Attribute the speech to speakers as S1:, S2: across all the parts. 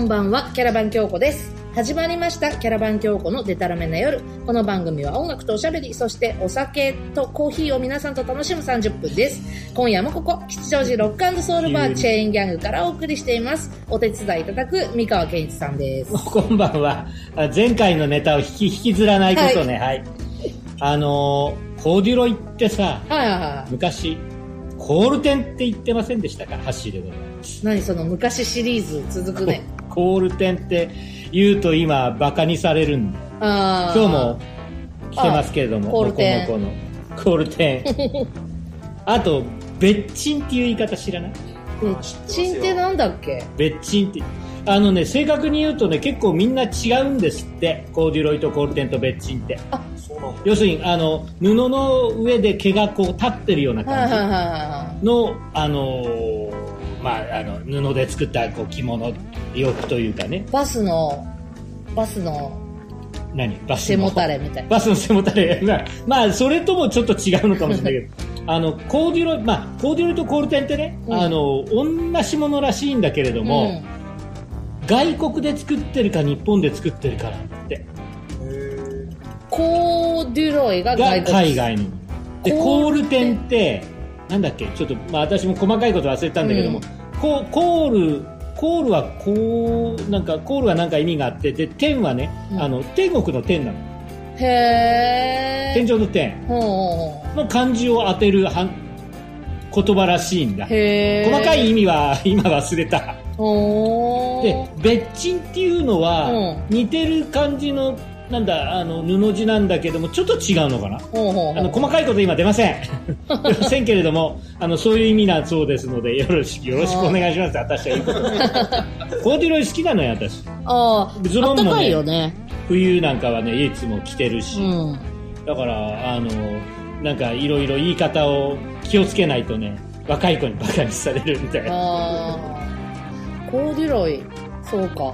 S1: んは、キャラバン京子です。始まりました、キャラバン京子のデタラメな夜。この番組は音楽とおしゃべり、そしてお酒とコーヒーを皆さんと楽しむ30分です。今夜もここ、吉祥寺ロックソウルバーチェーンギャングからお送りしています。お手伝いいただく、三河健一さんです。
S2: こんばんは。あ前回のネタを引き引きずらないことね。はい。あのー、コーデュロイってさ、
S1: はいはいは
S2: 昔、コールテンって言ってませんでしたかハッシーでございます。
S1: い。何その昔シリーズ続くね。
S2: コールテンって言うと今、バカにされるんで。
S1: あー
S2: 今日も来てますけれども、
S1: あコールテン
S2: モコモコのコールテン。 あと、べっちんっていう言い方知らない
S1: で
S3: あ知ってますよ
S1: チンってなんだっけ
S2: べっちんって。あのね、正確に言うとね、結構みんな違うんですって。コーデュロイとコールテンとべっちんって。
S3: そうなんだ。
S2: 要するにあの布の上で毛がこう立ってるような
S1: はいはいはい
S2: 感
S1: は
S2: じの、あのーまあ、あの布で作ったこう着物洋服というかね
S1: い。バスの、バスの
S2: 何バス
S1: 背
S2: の
S1: もたれみたいな。
S2: バスの背もたれまあまあそれともちょっと違うのかもしれないけどあのコーデュロイ、まあ、コーデュロイとコールテンってね、
S1: うん
S2: あの同じものらしいんだけれども、外国で作ってるか日本で作ってるかなんだって
S3: へ
S1: コーデュロイが
S2: が
S1: 外国
S2: 海外のもので
S1: コ
S2: コ
S1: ー
S2: ー
S1: ル
S2: ル
S1: テ
S2: テ
S1: ン
S2: ンってなんだっけちょっと、まあ、私も細かいこと忘れたんだけども、ココールコールはこうなんかコールはなんか意味があってで天はね、
S1: うん
S2: あの天国の天なの
S1: へ
S2: 天
S1: ー
S2: 井の天
S1: ほうほうほ
S2: の漢字を当てるはん言葉らしいんだ
S1: うへー
S2: 細かい意味は 今忘れた
S1: ほー
S2: で別鎮っていうのは、
S1: うん
S2: 似てる感じのなんだあの布地なんだけどもちょっと違うのかな
S1: ほうほうほ
S2: あの細かいこと今出ま せん。出ませんけれども、あのそういう意味なそうですので、よろしくよろしくお願いします。私は言うこと。コーデュロイ好きなのよ私。
S1: あー
S2: ズ
S1: あ
S2: ボ
S1: っ
S2: ン
S1: た
S2: もね
S1: かいよね
S2: 冬なんかはねいつも着てる
S1: う
S2: し、
S1: ん
S2: だからあのなんかいろいろ言い方を気をつけないとね、若い子にバカにされるみたいな。
S1: あーコーデュロイそうか
S2: うん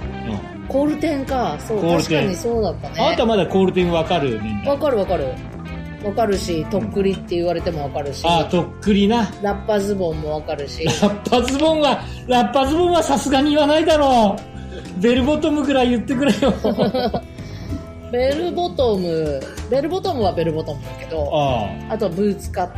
S1: コールテンかそう
S2: コール
S1: 確
S2: テン
S1: かにそうだった
S2: あな
S1: ね
S2: たまだコールテンわかるみん
S1: わ
S2: な。
S1: かるわかるわかるしとっくりって言われてもわかるし
S2: あ、とっくりな。
S1: ラッパズボンもわかる し
S2: ラッパズボンは、ラッパズボンはさすがに言わないだろう。ベルボトムくらい言ってくれ よ。
S1: ベルボトムベルボトムはベルボトムだけど
S2: ああ。
S1: あとブーツカット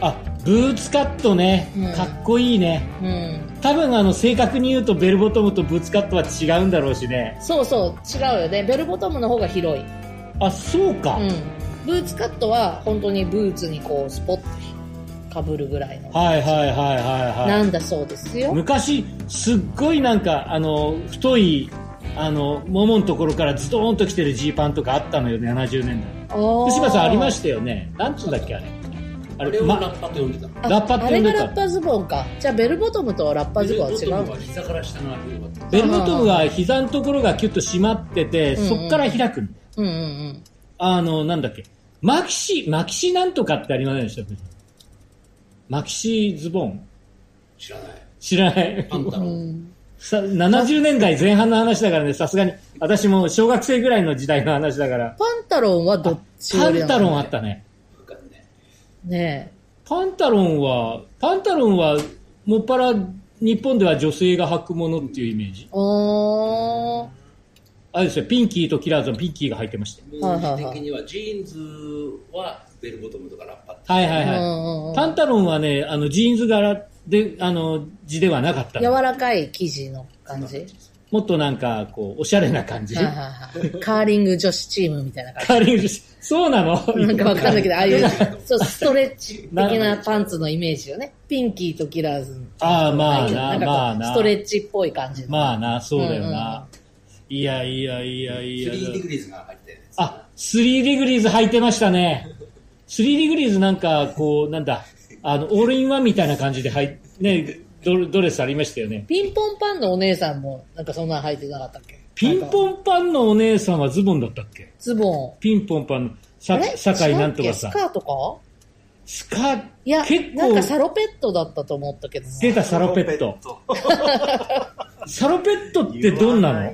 S2: あブーツカットね、
S1: うん
S2: かっこいいね
S1: うん、
S2: 多分あの正確に言うとベルボトムとブーツカットは違うんだろうしね
S1: そうそう違うよねベルボトムの方が広い、うん、
S2: あそうか、
S1: ブーツカットは本当にブーツにこうスポッとかぶるぐらいの、
S2: はいはいはいはいは
S1: ないんだそうですよ
S2: 昔すっごいなんかあの太いあのもものところからズドーンと来てるジーパンとかあったのよね70年代
S1: 福
S2: 柴さんありま
S1: た
S2: したよねなんつうんだっけあれあ
S3: あれを
S2: ま
S3: ラッパと呼んでた。
S2: ラッパって
S1: あ
S2: 呼
S1: れ
S2: ん
S1: が
S2: で
S1: ラ
S2: た
S1: ッパズボンかじゃあベルボトムとラッパズボンは違う
S3: ベルボトム
S1: の
S3: は膝から下のあれよかった。
S2: ベルボトムは膝のところがキュッと締まってて、
S1: うんうん
S2: そっから開くの
S1: うんうんうん
S2: あの、なんだっけ。マキシ、マキシなんとかってありませんでした藤井さんマキシズボン
S3: 知らない。
S2: 知らない
S3: あ。んた
S1: う
S3: の。
S1: ん
S2: さ70年代前半の話だからね、さすがに。私も小学生ぐらいの時代の話だから。
S1: パンタロンはどっち
S2: パ
S1: より
S2: ン
S1: なの
S2: タロンあったね。
S3: わかんない
S1: ね
S2: パンタロンは、パンタロンは、もっぱら日本では女性が履くものっていうイメージ
S1: え。おー
S2: あれですよ、ピンキーとキラーズのピンキーが履いてましたよ
S3: イメ
S1: はいはいはい
S3: ージ的にはジーンズはベルボトムとかラッパって。
S2: はいは
S1: う
S2: い
S1: ん
S2: はい。
S1: うんうん
S2: パンタロンはね、あの、ジーンズ柄で、あの、字ではなかった
S1: 柔
S2: の。
S1: らかい生地の感じ
S2: もっとなんか、こう、おしゃれな感じ。
S1: はいはいはいカーリング女子チームみたいな感じ
S2: カーリングしそうなの
S1: なんかわかんないけど、ああ いう、そう、ストレッチ的
S2: な
S1: なパンツのイメージよね。ピンキーとキラーズの。
S2: ああ、まあ
S1: んか
S2: な、
S1: こう
S2: まあな。
S1: ストレッチっぽい感じの。
S2: まあな、そうだよな。いやいやいやいや。
S3: 3ディグリーズが入ってるやつ。
S2: あ、3ディグリーズ履いてましたね。3ディグリーズなんか、こう、なんだ、あの、オールインワンみたいな感じで履い、ね、ドドレスありましたよね。
S1: ピンポンパンのお姉さんも、なんかそんなの履いてなかったっけ
S2: ピン
S1: ン
S2: ポンパンのお姉さんはズボンだったっけ
S1: ズボン。
S2: ピンポンパンの、
S1: あ
S2: さ
S1: れ、
S2: 酒井なんとか
S1: 違う
S2: さ
S1: っけ。スカートか
S2: スカー、
S1: いや、
S2: 結
S1: なん
S2: 構
S1: か、サロペットだったと思ったけどな
S2: 出たサロペ ット。サロペットってどんなの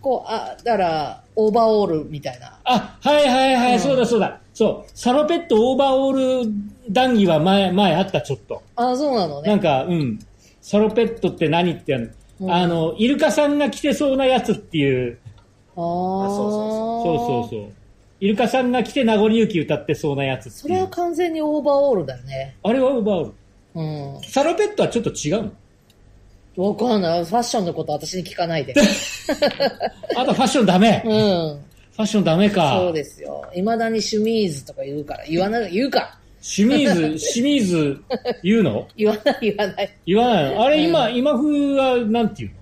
S1: こう、あ、だから、オーバーオールみたいな。
S2: あ、はいはいはい、そうだそうだ。そう、サロペットオーバーオール談義は前、前あったちょっと。
S1: あ、そうなのね。
S2: なんか、うん。サロペットって何ってやる、
S1: うん
S2: あの、イルカさんが着てそうなやつっていう、
S1: あー
S3: そうそう
S2: そうそうそう。イルカさんが着て名残雪歌ってそうなやつって
S1: そ
S2: いう
S1: れは完全にオーバーオールだよね。
S2: あれは奪う。
S1: うん。
S2: サロペットはちょっと違 うの
S1: わかんない。ファッションのこと私に聞かない で。
S2: あとファッションダメ
S1: うん。
S2: ファッションダメか。
S1: そうですよ。未だにシュミーズとか言うから、言わない、言うか。
S2: 清水、清水言うの
S1: 言わない、言わない。
S2: 言わないのあれ今、今風はなんていうの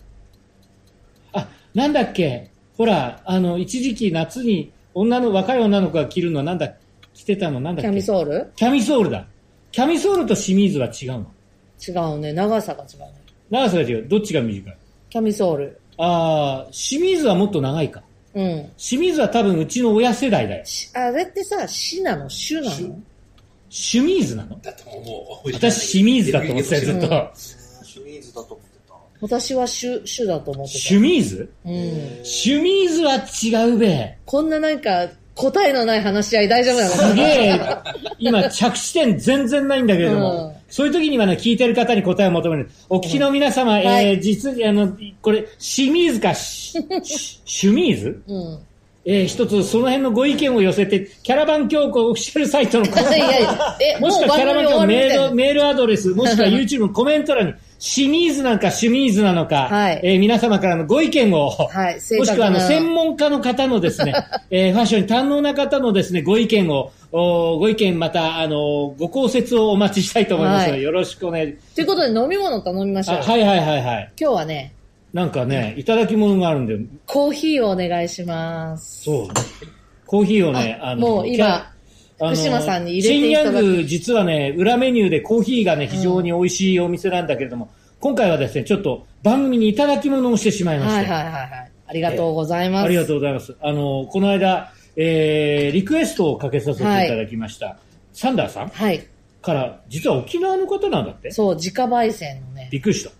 S2: あ、なんだっけほら、あの、一時期夏に女の、若い女の子が着るのはなんだ、着てたのなんだ
S1: キ
S2: っけ
S1: ャミソール
S2: キャミソールだ。キャミソールと清水は違うの。
S1: 違うね。長さが違うね。
S2: 長さが違う。どっちが短い
S1: キャミソール。
S2: あー、清水はもっと長いか。
S1: うん。
S2: 清水は多分うちの親世代だよ。
S1: しあれってさ、死なの種なの
S2: 清水なの
S3: だと思う。
S2: 私清水だと思ってたよずっと。
S4: シュミーズだと思ってた。
S1: 私は種、種だと思って
S2: 清水
S1: た。うん。
S2: 清水は違うべ。
S1: こんななんか、答えのない話し合い大丈夫なの
S2: すげえ、今着地点全然ないんだけれども、
S1: うん
S2: そういう時にはね、聞いてる方に答えを求める。お聞きの皆様、えー
S1: はい
S2: 実に、あの、これ、清水か、ししシュミーズ
S1: うん。
S2: えー一つその辺のご意見を寄せて、キャラバン教皇オフィシャルサイトのコメン
S1: い
S2: ト、
S1: やいや、え、も
S2: もし
S1: う
S2: くはキャ
S1: 番
S2: ラ
S1: 組終
S2: バン教
S1: わ
S2: 皇
S1: るみ
S2: メ
S1: たい
S2: ー
S1: な
S2: ルメールアド レス、もしくは YouTube のコメント欄に、シミーズなんかシュミーズなのか、
S1: はい
S2: えー皆様からのご意見を、
S1: はい、正
S2: もし
S1: 確
S2: くはあの
S1: な。
S2: 専門家の方 のですね、えーファッションに堪能な方のですね、ご意見を、おーご意見また、あのーご考説をお待ちしたいと思いますので、
S1: はい
S2: よろしくお願い
S1: ということで飲み物頼みまし
S2: あ
S1: ょう。
S2: はいはいはいはい。
S1: 今日はね、
S2: なんかね、いただき物があるんだよ。
S1: コーヒーをお願いします。
S2: そう。コーヒーをね、あの、
S1: もう今、
S2: キャン、
S1: 福島さんに入れてい
S2: チン
S1: ただく
S2: ヤング、実はね、裏メニューでコーヒーがね、非常に美味しいお店なんだけれども、今回はですね、ちょっと番組にいただき物をしてしまいました。
S1: はいはいはいはい。ありがとうございます。
S2: ありがとうございます。あの、この間、えー、リクエストをかけさせていただきました。サンダーさん
S1: はい。
S2: から、実は沖縄の方なんだって
S1: そう、自家焙煎のね、
S2: びっくりした。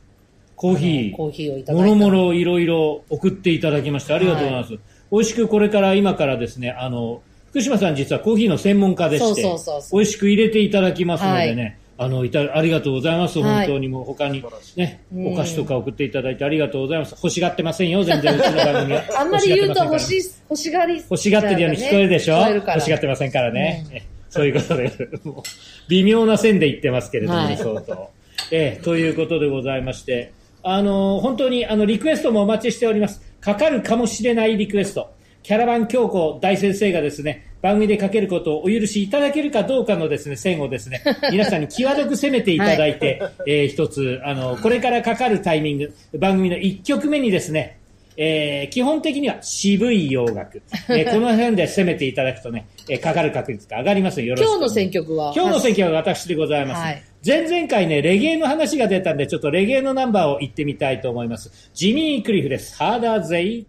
S2: コーヒ
S1: あのコー
S2: ー、
S1: ヒーをいただい
S2: も
S1: た。
S2: ろもろいろいろ送っていただきまして、ありがとうございます。美味しくこれから、今からですね、あの、福島さん実はコーヒーの専門家でして、
S1: そうそうそうそ
S2: 美味しく入れていただきますのでね、あの、いた、ありがとうございます。
S1: はい
S2: 本当にもう他にね、
S1: うん
S2: お菓子とか送っていただいてありがとうございます。欲しがってませんよ、
S1: 。
S2: 全然うちの番組は
S1: あんまり言うと欲
S2: い
S1: しい、欲しがり。
S2: 欲しがってるように聞こえるでしょ、
S1: 聞こえるから
S2: 欲しがってませんからね。えそういうことで、もう微妙な線で言ってますけれども、
S1: はい
S2: 相当。ええということでございまして、あの本当にあのリクエストもお待ちしております。かかるかもしれないリクエスト。キャラバン教皇大先生がですね、番組でかけることをお許しいただけるかどうかのですね、線をで すね、皆さんに際どく攻めていただいて、えー一つ、あの、これからかかるタイミング、番組の1曲目にですね、えー基本的には渋い洋楽、えーこの辺で攻めていただくとね、えーかかる確率が上がりますのでよろしく
S1: 今日の選曲は
S2: 今日の選挙は私でございます、
S1: はい
S2: 前々回ねレゲエの話が出たんでちょっとレゲエのナンバーを言ってみたいと思いますジミー・クリフです「ハーダーゼイ」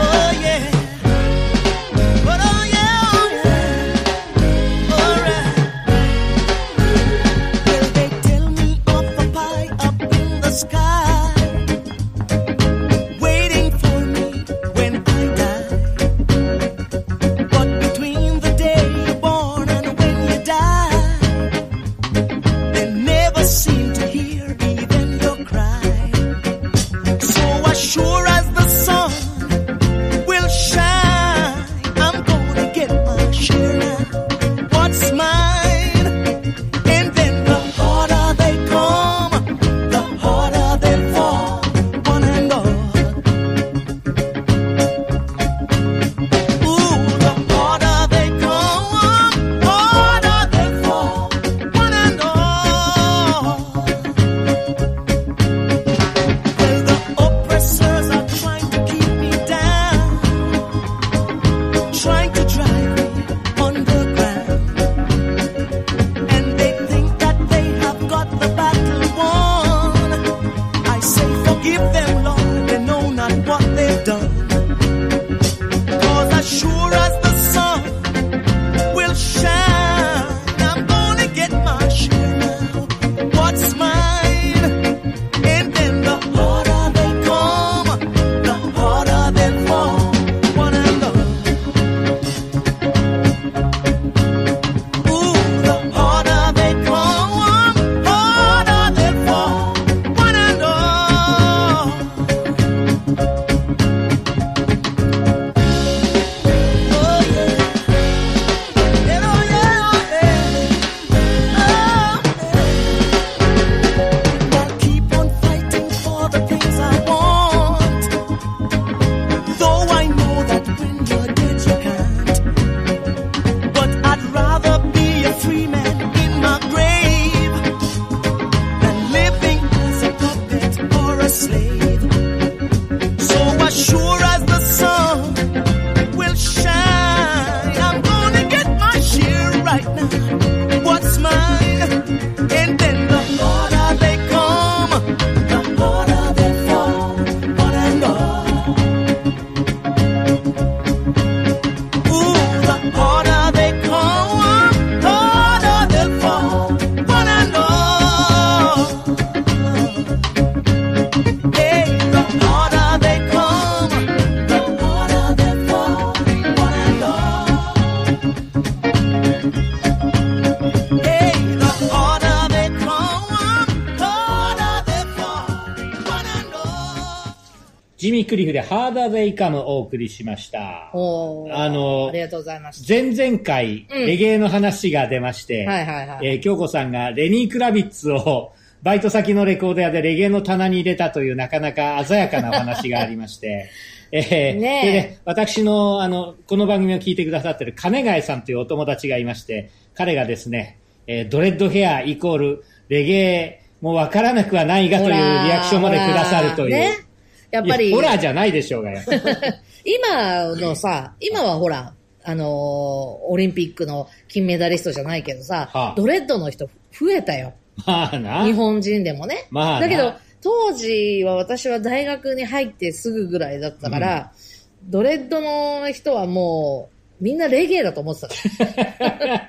S5: Oh yeah, but oh yeah, oh alright. Well they tell me of a pie up in the sky, waiting for me when I die. But between the day you're born and when you die, they never seem to hear even your cry.
S2: ジミー・クリフでハーダー・ゼイ・カムをお送りしました。
S1: おー
S2: あの
S1: ありがとうございました。
S2: 前々回、
S1: うん
S2: レゲエの話が出まして、
S1: はいはいはい
S2: えー京子さんがレニー・クラビッツをバイト先のレコード屋でレゲエの棚に入れたというなかなか鮮やかなお話がありまして、 えーで
S1: ねえ
S2: ね、私のあのこの番組を聞いてくださってる金貝さんというお友達がいまして、彼がですね、えードレッドヘアイコールレゲエもわからなくはないがというリアクションまでくださるとい
S1: ほ
S2: う。
S1: らね。やっぱり
S2: いやホ、ラーじゃないでしょうがよ。
S1: 今のさ、今はほら、あのーオリンピックの金メダリストじゃないけどさ、
S2: はあ
S1: ドレッドの人増えたよ。
S2: まあな。
S1: 日本人でもね。
S2: まあ
S1: だ
S2: な
S1: けど、当時は私は大学に入ってすぐぐらいだったから、ドレッドの人はもう、みんなレゲエだと思ってた から。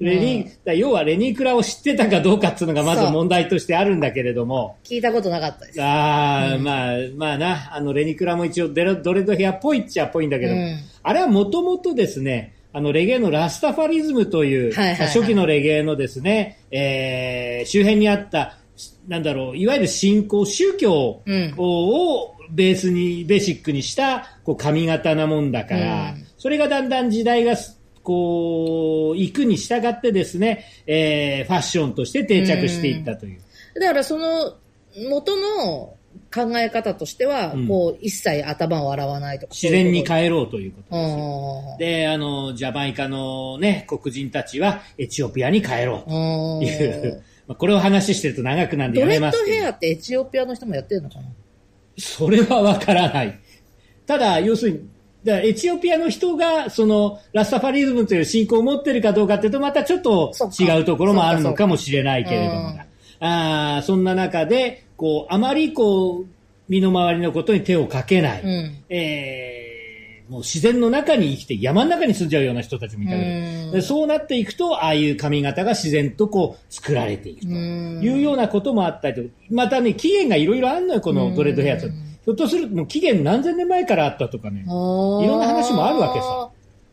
S2: レニー、だから要はレニークラを知ってたかどうかっていうのがまず問題としてあるんだけれども、
S1: 聞いたことなかったです。
S2: ああ、まあ、まあな、あの、レニクラも一応デロドレッドヘアっぽいっちゃっぽいんだけど、
S1: うん
S2: あれはもともとですね、あの、レゲエのラスタファリズムという、
S1: はいはいはい
S2: まあ初期のレゲエのですね、えー周辺にあった、なんだろう、いわゆる信仰、宗教を,、
S1: うん
S2: ベースに、ベーシックにした、こう、髪型なもんだから、
S1: うん
S2: それがだんだん時代がす、こう、行くに従ってですね、えーファッションとして定着していったという。
S1: だからその元の考え方としては、
S2: うん
S1: こう一切頭を洗わないとか。
S2: 自然に
S1: え
S2: 変えろうということですよ。
S1: う
S2: で、あの、ジャマイカのね、黒人たちはエチオピアに帰ろうと
S1: ん。。
S2: いううん まあこれを話してると長くなんで
S1: ド
S2: や
S1: レッ
S2: めます
S1: ド
S2: け
S1: ヘ
S2: ど
S1: アってエチオピアの人もやってるのかな
S2: それはわからない。ただ、要するに、だからエチオピアの人が、その、ラスタファリズムという信仰を持ってるかどうかっていうと、またちょっと
S1: そっか
S2: 違うところもある
S1: そ
S2: の
S1: っかそ
S2: か
S1: っか
S2: もしれないけれどもな。あーそんな中で、こう、あまりこう、身の回りのことに手をかけない。
S1: うん。
S2: えーもう自然の中に生きて山の中に住んじゃうような人たちもいたわけで
S1: うん
S2: でそうなっていくと、ああいう髪型が自然とこう作られていくと
S1: うん
S2: いうようなこともあったりと、またね、起源がいろいろあるのよ、このドレッドヘアって。
S1: うん
S2: ひょっとするともう起源何千年前からあったとかね
S1: い。ろ
S2: ろんな話もあるわけさ。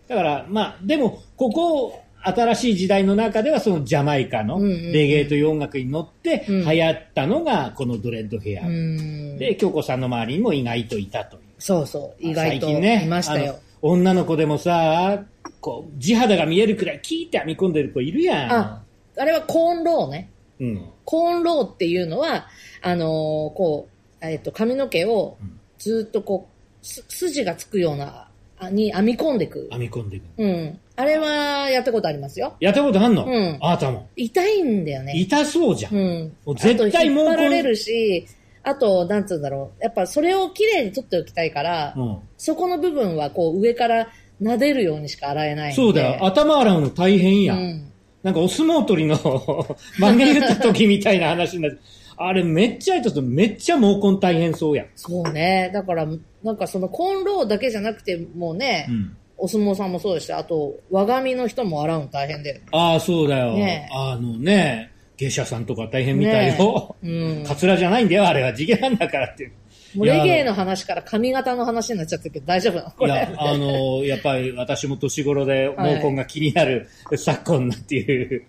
S2: だから、まあ、でも、ここ、新しい時代の中では、そのジャマイカの
S1: うんうんうん
S2: レゲエという音楽に乗って
S1: う
S2: 流
S1: ん
S2: 行ったのが、このドレッドヘア
S1: う。ん。
S2: で、京子さんの周りにも意外といたという。
S1: そうそう。意外
S2: 最
S1: と
S2: 近ね
S1: いましたよ。
S2: あの女の子でもさ、こう、地肌が見えるくらいキーって編み込んでる子いるやん。
S1: ああれはコーンローね。
S2: うん。
S1: コーンローっていうのは、あのーこう、えっ、と、髪の毛をずっとこう、す筋がつくような、あに編み込んでいく。
S2: 編み込んでる。
S1: うん。あれはやったことありますよ。
S2: やったことあんの、
S1: うん
S2: あなたも。
S1: 痛いんだよね。
S2: 痛そうじゃん。
S1: うん。
S2: もう絶対
S1: あと
S2: 毛
S1: 引っ張られ
S2: 根。
S1: るし、あと、なんつうんだろう。やっぱそれをきれいに取っておきたいから、
S2: うん。
S1: そこの部分はこう上から撫でるようにしか洗えないんで。
S2: そうだよ。頭洗うの大変
S1: う
S2: やん。
S1: ん。
S2: なんかお相撲取りの 曲げ打った時みたいな話になる。あれめっちゃ痛そう。めっちゃ毛根大変そうやん。
S1: そうね。だから、なんかそのコーンローだけじゃなくて、もうね、
S2: うん。
S1: お相撲さんもそうでした。あと、和髪の人も洗うの大変で。
S2: ああ、そうだよ。
S1: ねえ
S2: あのね、芸者さんとか大変みたいよ。
S1: うん。
S2: カツラじゃないんだよ、あれは。地毛なんだからっていう。
S1: もうレゲ
S2: い
S1: エ
S2: や
S1: の話から髪型の話になっちゃったけど大丈夫なのこ
S2: い
S1: れ。
S2: や、あの、やっぱり私も年頃で
S1: はい
S2: 毛根が気になる昨今なんていう。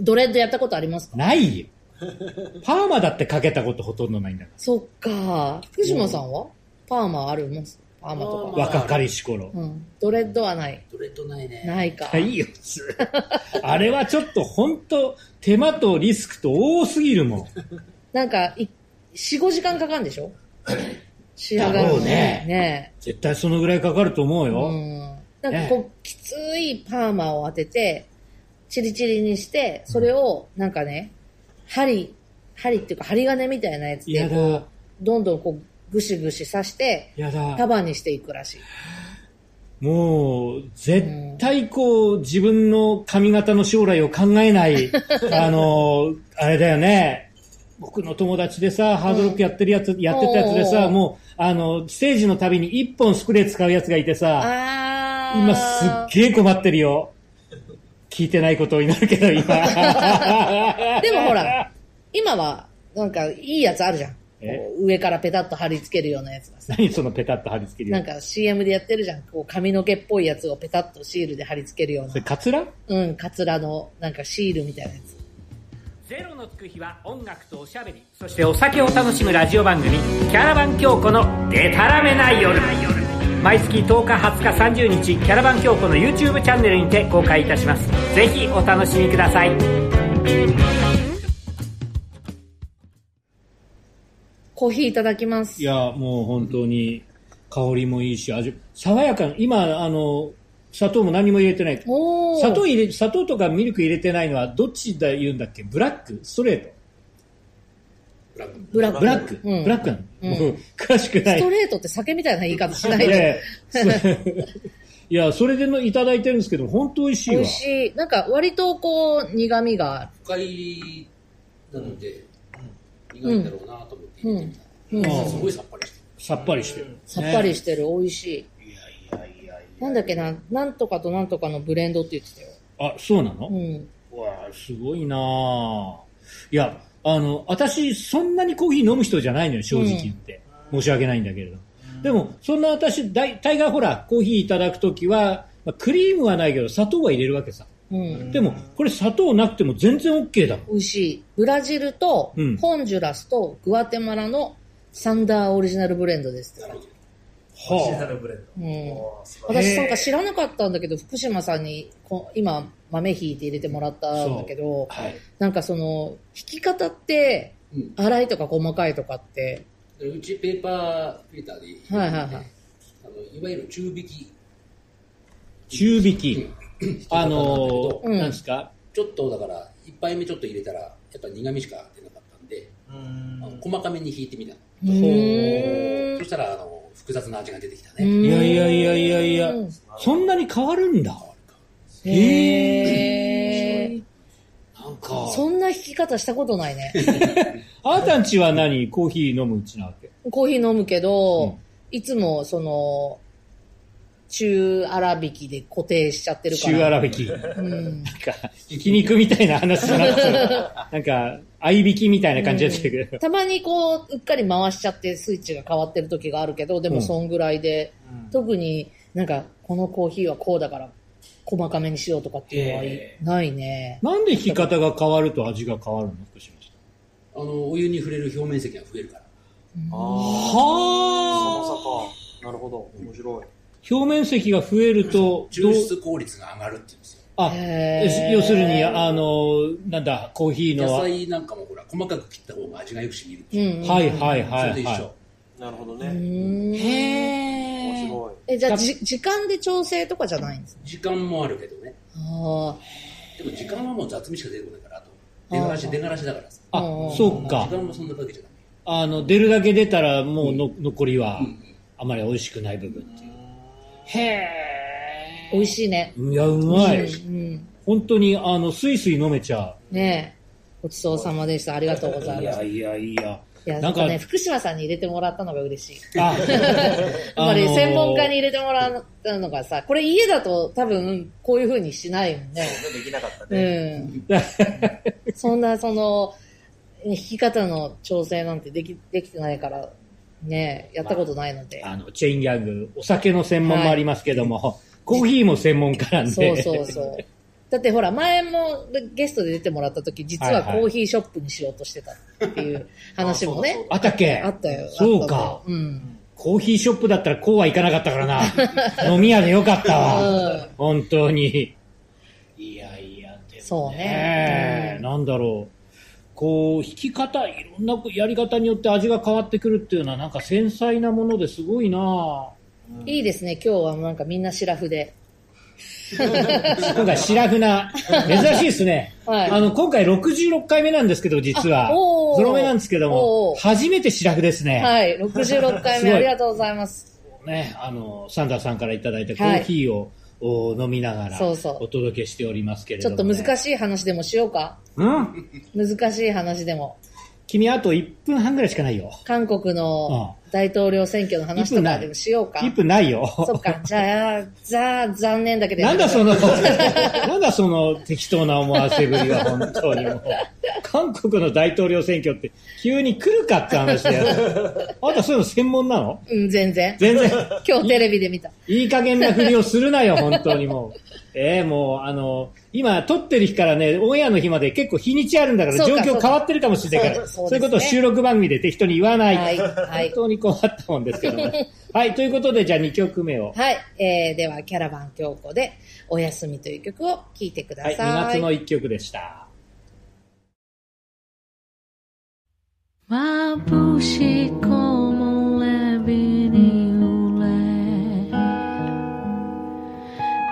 S1: ドレッドやったことありますか
S2: ないよ。パーマだってかけたことほとんどないんだか
S1: そっか。福島さんはパーマあるもんパーマと
S2: ら。若かりし頃。
S1: か。うん。ドレッドはない。
S3: ドレッドないね。
S1: ないか。
S2: いいよ、普通あれはちょっと本当手間とリスクと多すぎるもん。
S1: なんか、い4、5時間かかるんでし ょ仕上がる
S2: だろ
S1: の
S2: う
S1: に
S2: ね
S1: ね
S2: 絶対そのぐらいかかると思う
S1: え。う
S2: よ。
S1: ん。なんかこう、きついパーマを当てて、チリチリにして、それを、なんかね、針、針っていうか針金みたいなやつ
S2: いや
S1: で、
S2: だ、
S1: どんどんこう、ぐしぐし刺して、
S2: やだ。
S1: 束にしていくらしい。
S2: もう、絶対こう、自分の髪型の将来を考 えない、あの、あれだよね。僕の友達でさ、ハードロックやってるやつ、やってたやつでさ、
S1: おー
S2: もう、あの、ステージのたびに一本スプレー使うやつがいてさ、
S1: あー。
S2: 今すっげえ困ってるよ。聞いてないことになるけど、今。
S1: でもほら、今は、なんか、いいやつあるじゃん。
S2: え
S1: こう上からペタッと貼り付けるようなやつがさ。
S2: 何そのペタッと貼り付ける
S1: な
S2: や
S1: ん
S2: つ。
S1: か CM でやってるじゃん。こう髪の毛っぽいやつをペタッとシールで貼り付けるよう
S2: それ
S1: な。
S2: カツラ
S1: うん、カツラのなんかシールみたいなやつ。
S6: ゼロのつく日は音楽とおしゃべりそしてお酒を楽しむラジオ番組「キャラバン京子のデタラメな夜」毎月10日20日30日キャラバン京子の YouTube チャンネルにて公開いたしますぜひお楽しみください
S1: コーヒーいただきます
S2: い。や、もう本当に香りもいいし、味、爽やかな、今、あの、砂糖も何も入れてない。
S1: おー
S2: 砂糖入れ、砂糖とかミルク入れてないのはどっちだ言うんだっけブラックストレート
S3: ブラック
S1: ブラック。
S2: ブラック、
S1: うん
S2: ブラックなの、もう詳しくない。
S1: ストレートって酒みたいな言い方しない
S2: いや
S1: で。
S2: いやそいや、それでのいただいてるんですけど、本当美味しい
S1: 美
S2: わ。
S1: 味しい。なんか割とこう苦味がある。
S3: 深いなので、苦いんだろうなと思って入れてみた、
S1: うん
S2: あ
S3: すごいさっぱりして
S2: さっぱりしてる、
S1: さっぱり
S2: し
S1: してる、美味しい。
S3: るいやいやいやい
S1: なんだっけな、なんとかとなんとかのブレンドって言ってたよ。
S2: あ、そうなの、
S1: うん。
S2: わあすごいなあいや、あの、私、そんなにコーヒー飲む人じゃないのよ、正直言って。申し訳ないんだけれど。でも、そんな私、大大概ほら、コーヒーいただくときは、まあクリームはないけど、砂糖は入れるわけさ。
S1: うん。
S2: でも、これ砂糖なくても全然 OK だもん。
S1: 美味しい。ブラジルと
S2: うん、
S1: ホンジュラスとグアテマラのサンダーオリジナルブレンドですって。
S7: シー
S2: は
S7: ザ
S2: あ、
S7: ルブレン
S1: うん
S7: ド。。おー素晴らし
S1: 私なんか知らなかったんだけど、福島さんにこ今豆ひいて入れてもらったんだけど、
S2: はい。
S1: なんかその、引き方って、
S3: うん
S1: 粗いとか細かいとかって、
S3: やうちペーパーフィルターで入れてて
S1: はいはいはい
S3: あのいわゆる中引き
S2: 中引き。あのー
S1: うん
S2: なんですか
S3: ちょっとだから一杯目ちょっと入れたらやっぱ苦味しか出なかったんで、
S7: い。う
S3: あの
S7: ん。
S3: 細かめに引いてみたの
S1: うーん
S3: そしたらあの複雑な味が出てきた
S1: う
S3: ね
S1: ん
S2: いやいやいやいやいや、そんなに変わるんだ。
S1: へー
S3: なんか
S1: そんな引き方したことないね。
S2: あなたんちは何コーヒー飲むうちなわけ
S1: コーヒー飲むけど、
S2: うん
S1: いつもその、中粗引きで固定しちゃってるから。
S2: 中粗引き。
S1: うん。
S2: か、ひき肉みたいな話じゃなくて、 なんか、合いびきみたいな感じだったけど。
S1: たまにこう、うっかり回しちゃってスイッチが変わってる時があるけど、で
S2: う
S1: も
S2: ん
S1: そんぐらいで、
S7: うん
S1: 特になんか、このコーヒーはこうだから、細かめにしようとかっていうのはい
S7: え
S1: ないね。
S2: なんで引き方が変わると味が変わるの福島さん
S3: あのお湯に触れる表面積が増えるから
S4: ああ、
S2: は
S4: その坂。なるほど。面白い。
S2: あ表面積が増えると、ど
S3: 抽
S2: う、
S3: 出効率が上がるって言うんですよ
S2: あ、
S1: へー
S2: 要するに、あの、なんだ、コーヒー
S3: 野
S2: の、はい
S3: 菜なんかもほら細かく切った方が味がよく染みる
S1: うんうん。
S2: はいはい
S3: それと一
S2: は
S3: 緒
S4: なるほど
S1: う
S4: ね。
S1: ん。
S4: 面白
S1: え、じゃあ、じ時間で調整とかじゃないんですね。
S3: 時間もあるけどね
S1: あ
S3: でも時間はもう雑味しか出てこないからあと出がらし出がらしだからさ
S2: あ
S1: うん、
S2: そうか
S3: 時。間もそんなかけちゃダ
S2: あの、出るだけ出たら、もうの、残りは、あまり美味しくない部分っていう。
S1: あ、美味しいね。
S2: いや、うまい。
S1: うんうん。
S2: 本当に、あの、スイスイ飲めちゃ
S1: ねえ。ごちそうさまでした。ありがとうございま
S2: う。
S1: す
S2: い。やいやいや。
S1: いや、
S2: な
S1: なんん
S2: か
S1: かね、福島さんに入れてもらったのが嬉しい。
S2: あ、
S1: やっ ぱり
S2: あのー
S1: 専門家に入れてもらったのがさ、これ家だと多分こういう風にしないもんね。
S7: できなかったね。
S1: うん。そんな、その、弾き方の調整なんてでき、できてないから、ね、やったことないので。
S2: あの、チェインギャング、お酒の専門もありますけども、コーヒーも専門家なん
S1: そう
S2: で。
S1: そうそう。だってほら、前もゲストで出てもらった時、実はコーヒーショップにしようとしてたっていう話もね、
S2: あったっけ
S1: あったよ。
S2: そうか。
S1: うん。
S2: コーヒーショップだったらこうはいかなかったから な。飲み屋でよかったわ。
S1: うん。
S2: 本当に。いやいや、で
S1: そう
S2: ね
S1: ね。
S2: え、なんだろう。こう、弾き方、いろんなやり方によって味が変わってくるっていうのは、なんか繊細なものですごいな
S1: うんいいですね、今日はなんかみんなシラフで。
S2: 今回、白船、珍しいですね。
S1: はい
S2: あの、今回66回目なんですけど、実は
S1: あお。ー
S2: ゾロ目なんですけど
S1: お
S2: も、
S1: ー
S2: 初めて白船ですね。
S1: はい、66回
S2: すご
S1: 目
S2: い
S1: ありがとうございます。
S2: ね、あの、サンダーさんからいただいたコーヒーを、お飲みながら、
S1: そうそう
S2: お届けしておりますけれ
S1: ち
S2: ど
S1: ょっ
S2: も、
S1: と難
S2: しい。
S1: しい話でもしようか。
S2: うん
S1: 難しい話でも。
S2: 君、あと1分半ぐらいしかないよ。
S1: 韓国の大統領選挙の話とかでもしようか。
S2: 1分ないよ。
S1: そっ か、じゃあ、じゃあ、残念だけど。
S2: なんだその、 なんだその適当な思わせぶりは本当にもう。韓国の大統領選挙って急に来るかって話だ よ。あんたそういうの専門なの
S1: うん、全然。
S2: 全然。
S1: 今日テレビで見た。
S2: いい加減なふりをするなよ、本当にもう。えー、もう、あの、今、撮ってる日からね、オンエアの日まで結構日にちあるんだから、
S1: そう
S2: 状
S1: か
S2: 況変わってるかもしれないか
S1: そう
S2: ら、
S1: か
S2: そ
S1: そうう
S2: いうことを
S1: ですね
S2: 収録番組で適当に言わない。
S1: はいはい
S2: 本当に困ったもんですけどね。はい、ということで、じゃあ2曲目を。
S1: はい。えー、では、キャラバン京子で、おやすみという曲を聴いてくだ
S2: は
S1: さい。
S2: い、2月の1曲でした。
S8: Mapuche como un levinule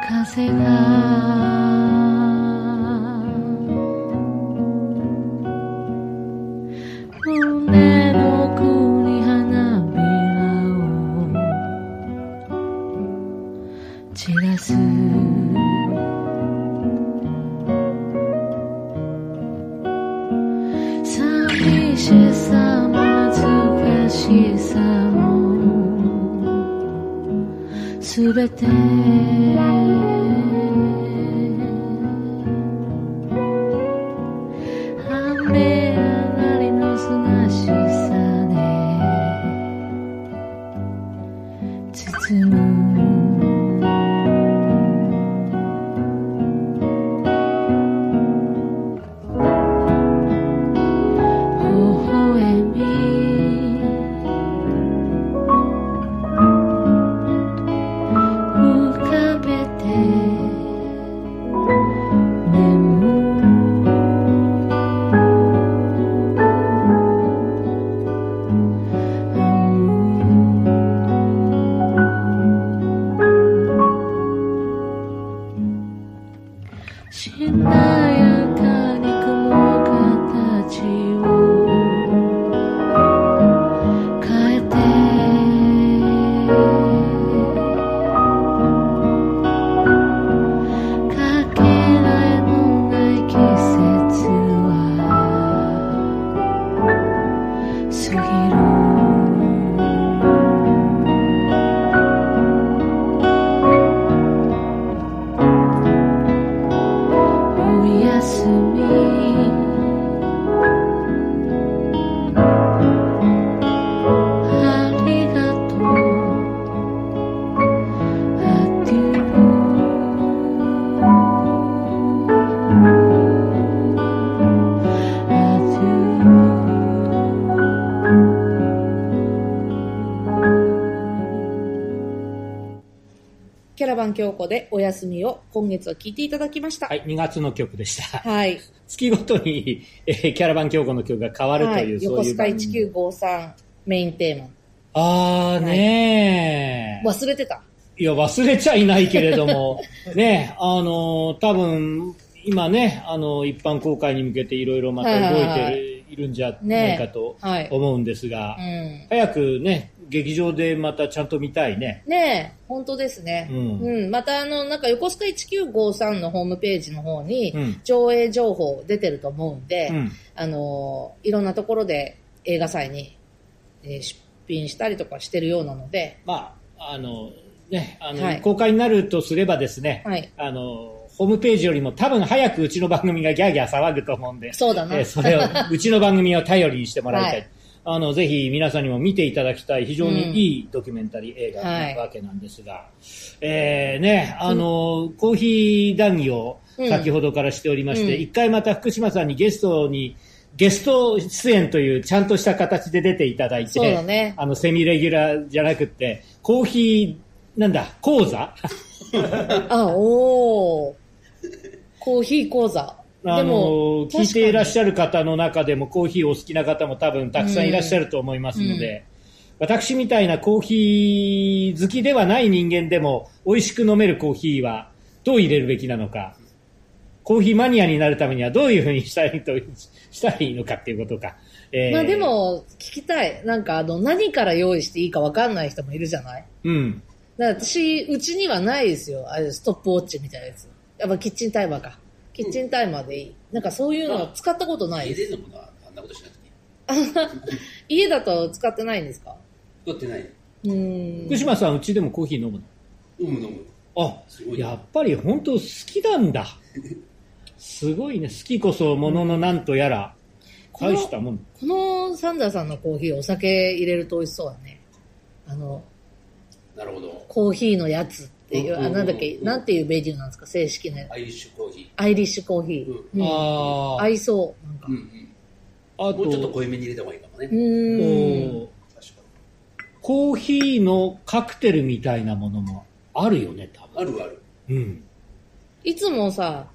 S8: Case ga Mune no kuni hanabira o Chirasu 寂しさも懐かしさもすべて雨上がりのすがしさで包む微笑み浮かべて眠るしなやかに雲形を変えてかけがえのない季節は過ぎるおやすみありがとうあデューあデ
S1: キャラバン京子で、おやすみを今月は聴いていただきました。
S2: はい、2月の曲でした。
S1: はい。
S2: 月ごとに、えーキャラバン京子の曲が変わると、
S1: はいいう横
S2: そうい
S1: 須
S2: う
S1: 賀
S2: 番組。
S1: 1953メインテーマ。
S2: あーねー、
S1: 忘れてた。
S2: い、や、忘れちゃいないけれども、 ね、あのー多分、今ね、あの一般公開に向けていろいろまた動いてる、
S1: はいはいはい
S2: いるんじゃないかと
S1: ねはい
S2: 思うんですが、
S1: うん。
S2: 早くね、劇場でまたちゃんと見たいね。
S1: ねえ、本当ですね。
S2: うん
S1: うん。また、あの、なんか、横須賀1953のホームページの方に
S2: うん、
S1: 上映情報出てると思うんで、
S2: うん
S1: あの、いろんなところで映画祭に、えー出品したりとかしてるようなので、
S2: まあ、あの、ね、あの、
S1: はい
S2: 公開になるとすればですね、
S1: はい
S2: あの、ホームページよりも多分早くうちの番組がギャーギャー騒ぐと思うんで、
S1: そうだな
S2: えー それを、うちの番組を頼りにしてもらいたい。
S1: はい
S2: あの、ぜひ皆さんにも見ていただきたい、非常
S1: うん
S2: にいいドキュメンタリー映画
S1: はい
S2: なわけなんですが、えーね、あの、コーヒー談義を先ほどからしておりまして、
S1: うん
S2: 一回また福島さんにゲストに、ゲスト出演というちゃんとした形で出ていただいて、
S1: そうだね
S2: あの、セミレギュラーじゃなくて、コーヒー、なんだ、講座
S1: あ、おー。コーヒー講座。
S2: あの、聞いていらっし
S1: ゃ
S2: ゃる方の中でもコーヒーお好きな方も多分たくさんいらっしゃると思いますので、私みたいなコーヒー好きではない人間でも美味しく飲めるコーヒーはどう入れるべきなのか、コーヒーマニアになるためにはどういうふうにしたいと、したらいいのかっていうことか。えー
S1: まあで、も、聞きたい。なんか、あの、何から用意していいかわかんない人もいるじゃない
S2: うん。
S1: だから私、うちにはないですよ。あれ、ストップウォッチみたいなやつ。やっぱキッチンタイマーか。キッチンタイマーでいい。なんかそういうのは使ったことない
S3: 家
S1: です。
S3: でのものはあんなことしなくていい。
S1: 家だと使ってないんですか
S3: 使ってない。
S1: うーん。
S2: 福島さん、うちでもコーヒー飲むの
S3: 飲む飲む。
S2: あ
S3: すごいね
S2: やっぱり本当好きなんだすごいね好きこそもののなんとやら
S1: この
S2: 大したもん
S1: このサンダーさんのコーヒー、お酒入れると美味しそうだね。あの、
S3: なるほど。
S1: コーヒーのやつっっていう、あなんだっけ、なんていうベリューなんですか、正式なやつ。
S3: アイリッシュコーヒ
S1: アイリッシュコーヒー。うん
S2: あー
S1: 合いそう。なんか
S3: ー。うん
S2: あ
S3: うん。もうちょっと濃いめに入れた方がいいかもね
S1: う。ーん。
S2: こうコーヒーのカクテルみたいなものもあるよね、多
S3: あるある。
S2: 分。うん。
S1: いつもさ、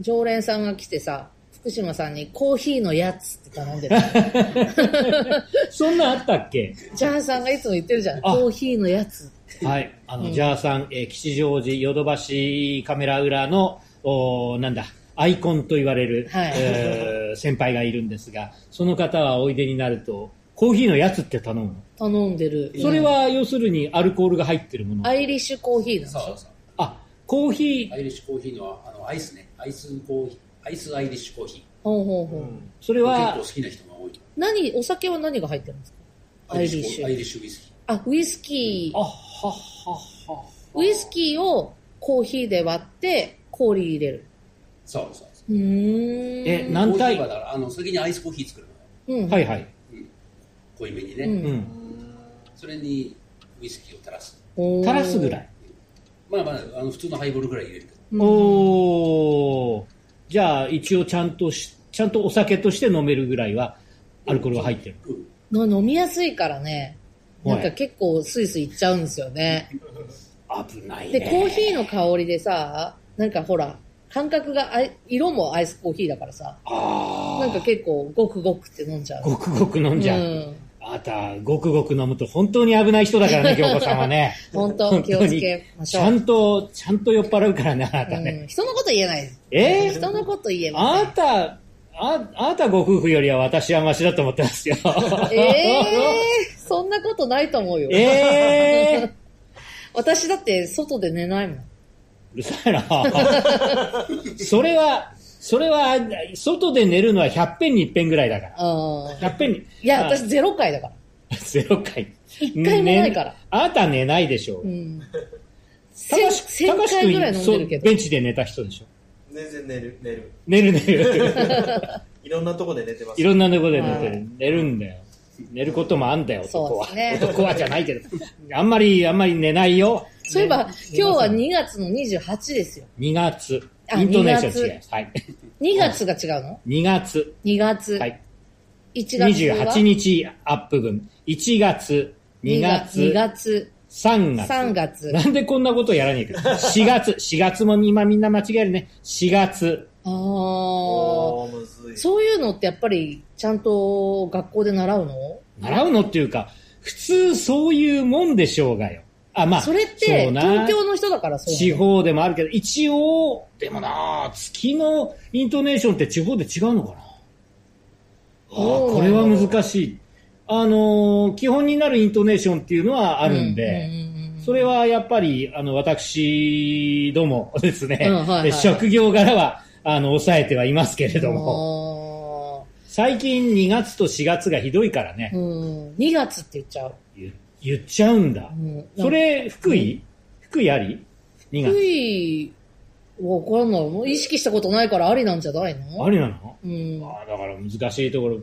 S1: 常連さんが来てさ、福島さんにコーヒーのやつって頼ん でる。
S2: そんなんあったっけ
S1: ジャーさんがいつも言ってるじゃん。
S2: あ
S1: コーヒーのやつ。
S2: はい。あの、ジャーさん、えー吉祥寺、ヨドバシカメラ裏の、おーなんだ、アイコンと言われる、
S1: はい
S2: えー先輩がいるんですが、その方はおいでになると、コーヒーのやつって頼むの。
S1: 頼んでる。
S2: それは、要するにアルコールが入ってるもの。
S1: アイリッシュコーヒーなんでし
S3: そうそう
S1: ょ
S3: そう。
S2: あ、コーヒー
S3: ア、イリッシュコーヒーのあのアイスね。アイスコーヒー。アイスアイリッシュコーヒー。
S1: ほうほうほう。
S2: それ
S3: 結
S2: は
S3: 構好、きな人が多い。
S1: 何、お酒は何が入ってるんですかアイリッシ
S3: アイ
S1: ュ。
S3: リッシュウイスキー。
S1: あ、ウイスキ
S2: あ
S1: ー。
S2: ははは。
S1: ウイスキーをコーヒーで割って氷入れる。
S3: そうそうそう。
S1: うーん。
S2: えな何対
S3: コーヒーはだから、あの、先にアイスコーヒー作るのよ。
S1: うん。
S2: はいはい。
S3: 濃いめにね。
S1: うん
S2: うん。
S3: それにウイスキーを垂らす。
S1: おー
S2: 垂らすぐらい。
S3: まあまあ、あの普通のハイボールぐらい入れるけど。
S2: おーじゃあ一応ちゃんとしちゃんとお酒として飲めるぐらいはアルコールが入ってる、
S3: うん
S1: の飲みやすいからね。
S2: はい
S1: なんか結構スイスイいっちゃうんですよね。
S2: 危ない
S1: で、コーヒー
S2: ー
S1: の香りでさ、なんかほら、感覚があい、色もアイスコーヒーだからさ、なんか結構ごくごくって飲んじゃう。
S2: ごくごく飲んじゃう、
S1: うん。
S2: あなたごくごく飲むと本当に危ない人 だからね京子さんはね
S1: 本当、気をつけまし
S2: ち
S1: ょ
S2: ゃ
S1: う。
S2: んとちゃんと酔っ払うからねあなた
S1: う
S2: ね、
S1: ん、人のこと言えないです。
S2: えー
S1: 人のこと言えま
S2: あなたああなたご夫婦よりは私はマシだと思ってますよ
S1: せん。えー、そんなことないと思うよ。
S2: えー、
S1: 私だって外で寝ないもん。
S2: うるさいな。それは、それは、外で寝るのは100遍に1遍ぐらいだから。
S1: あー
S2: 100遍に。
S1: いや、
S2: あ
S1: 私、ゼロ回だから。
S2: ゼロ回。1
S1: 回もないから
S2: あなた寝ないでしょ
S1: う
S2: う。
S1: ん。
S2: た
S1: 1000
S2: かし君、
S1: 1000回ぐらい飲んでるけ
S2: そうベ
S1: ど。
S2: ンチで寝た人でしょ。
S4: 全然寝る、寝る。
S2: 寝る寝 る。
S4: いろんなとこで寝てます。
S2: いろんなとこで寝て
S1: は
S2: る。寝るんだよ。寝ることもあんだよ、男は。
S1: そうですね
S2: 男はじゃないけど。あんまり、あんまり寝ないよ。
S1: そういえば、今日は2月の28ですよ。
S2: 2月。
S1: あ
S2: イントネーション違います。はい。
S1: 2月が違うの
S2: 2月。
S1: ?2 月。
S2: はい。
S1: 1月は
S2: 28日アップ分。1月、2月、
S1: 2月、
S2: 3月。
S1: 3月。
S2: なんでこんなことやらねえか。4月、4月 も今みんな間違えるね。4月。
S1: ああ。
S4: おーむずい。
S1: そういうのってやっぱりちゃんと学校で習うの
S2: 習うのっていうか、普通そういうもんでしょうがよ。あ、まあ、
S1: それっ
S2: そ
S1: て
S2: うな
S1: 東京の人だからそう
S2: 地
S1: なの。
S2: 方でもあるけど、一応、でもなあ、月のイントネーションって地方で違うのかな。
S1: どうなんだ
S2: あーこれ
S1: ろ
S2: は
S1: う
S2: 難しい。あのー基本になるイントネーションっていうのはあるんで、
S1: ううんうん
S2: それはやっぱり、あの、私ども ですね、
S1: うんはいはい
S2: 職業柄は、あの、抑えてはいますけれども、
S1: も。
S2: 最近2月と4月がひどいからね、
S1: うん。2月って言っちゃう。
S2: 言言っちゃうんだ。
S1: うん
S2: それ、福井、福井あり
S1: 低
S2: ?2 月。
S1: い、わかんない。もう意識したことないからありなんじゃないの
S2: ありなの
S1: うん。あ
S2: ああだから難しいところ。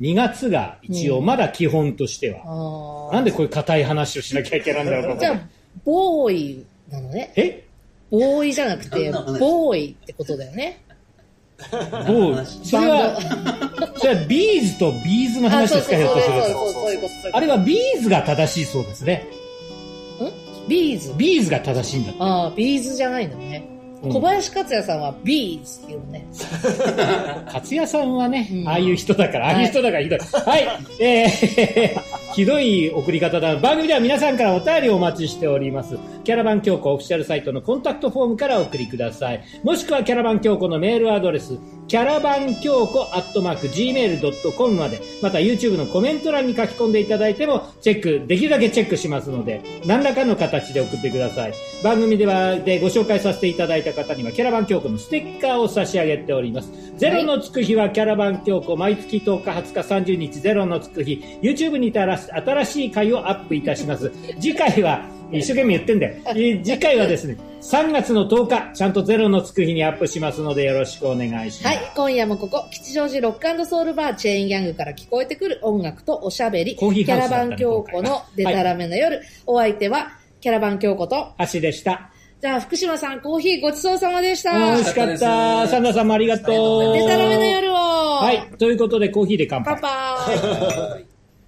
S2: 2月が一応、まだ基本としては、
S1: あー。
S2: なんでこういう硬い話をしなきゃいけないんだろう
S1: じゃ
S2: と思っ
S1: あ、ボーイなのね。
S2: てえ
S1: ボーイじゃなくて
S3: 何の話、
S1: ボーイってことだよね。
S2: どうそれは、それはビーズとビーズの
S1: あ、
S2: 話
S1: そう
S2: です
S1: そう
S2: か、ひょ
S1: そ
S2: っ
S1: う
S2: とす
S1: そう
S2: ると。
S1: そうそういうことそういうこと。
S2: あれはビーズが正しいそうですね。
S1: ビーズ。
S2: ビーズが正しいんだ。
S1: ああ、ビーズじゃないんだね。
S2: うん
S1: 小林克也さんはビーズっていうね。
S2: 勝也さんはね、
S1: うん
S2: ああいう人だから、ああいう人だからひどい。はい。えー、 ひどい送り方だ。番組では皆さんからお便りをお待ちしております。キャラバン教皇オフィシャルサイトのコンタクトフォームからお送りください。もしくはキャラバン教皇のメールアドレス、キャラバン教皇アットマーク gmail.com まで、また YouTube のコメント欄に書き込んでいただいても、チェック、できるだけチェックしますので、何らかの形で送ってください。番組では、でご紹介させていただいた方には、キャラバン教皇のステッカーを差し上げております。ゼロのつく日はキャラバン教皇、毎月10日、20日、30日、ゼロのつく日、YouTube にたらし新しい回をアップいたします。次回は、一生懸命言ってんだよ。え次回はですね、3月の10日、ちゃんとゼロのつく日にアップしますので、よろしくお願いしま
S1: はい、
S2: す。
S1: 今夜もここ、吉祥寺ロックソウルバーチェーンギャングから聞こえてくる音楽とおしゃべり、
S2: コーヒー
S1: キ
S2: ハ
S1: ャ
S2: ウスだ
S1: ラ
S2: っ
S1: バ
S2: たね
S1: ン京子のデタラメの夜、お相手は、キャラバン京子と、
S2: 橋でした。
S1: じゃあ、福島さん、コーヒーごちそうさまでした。
S2: あー美味しか
S3: 美
S2: っ
S3: 味しかった
S2: た。
S3: です
S2: サンダーさんもありがとう。
S1: でたらめの夜を。
S2: は。い。ということで、コーヒーで乾杯
S1: パ。パーイ。
S3: はい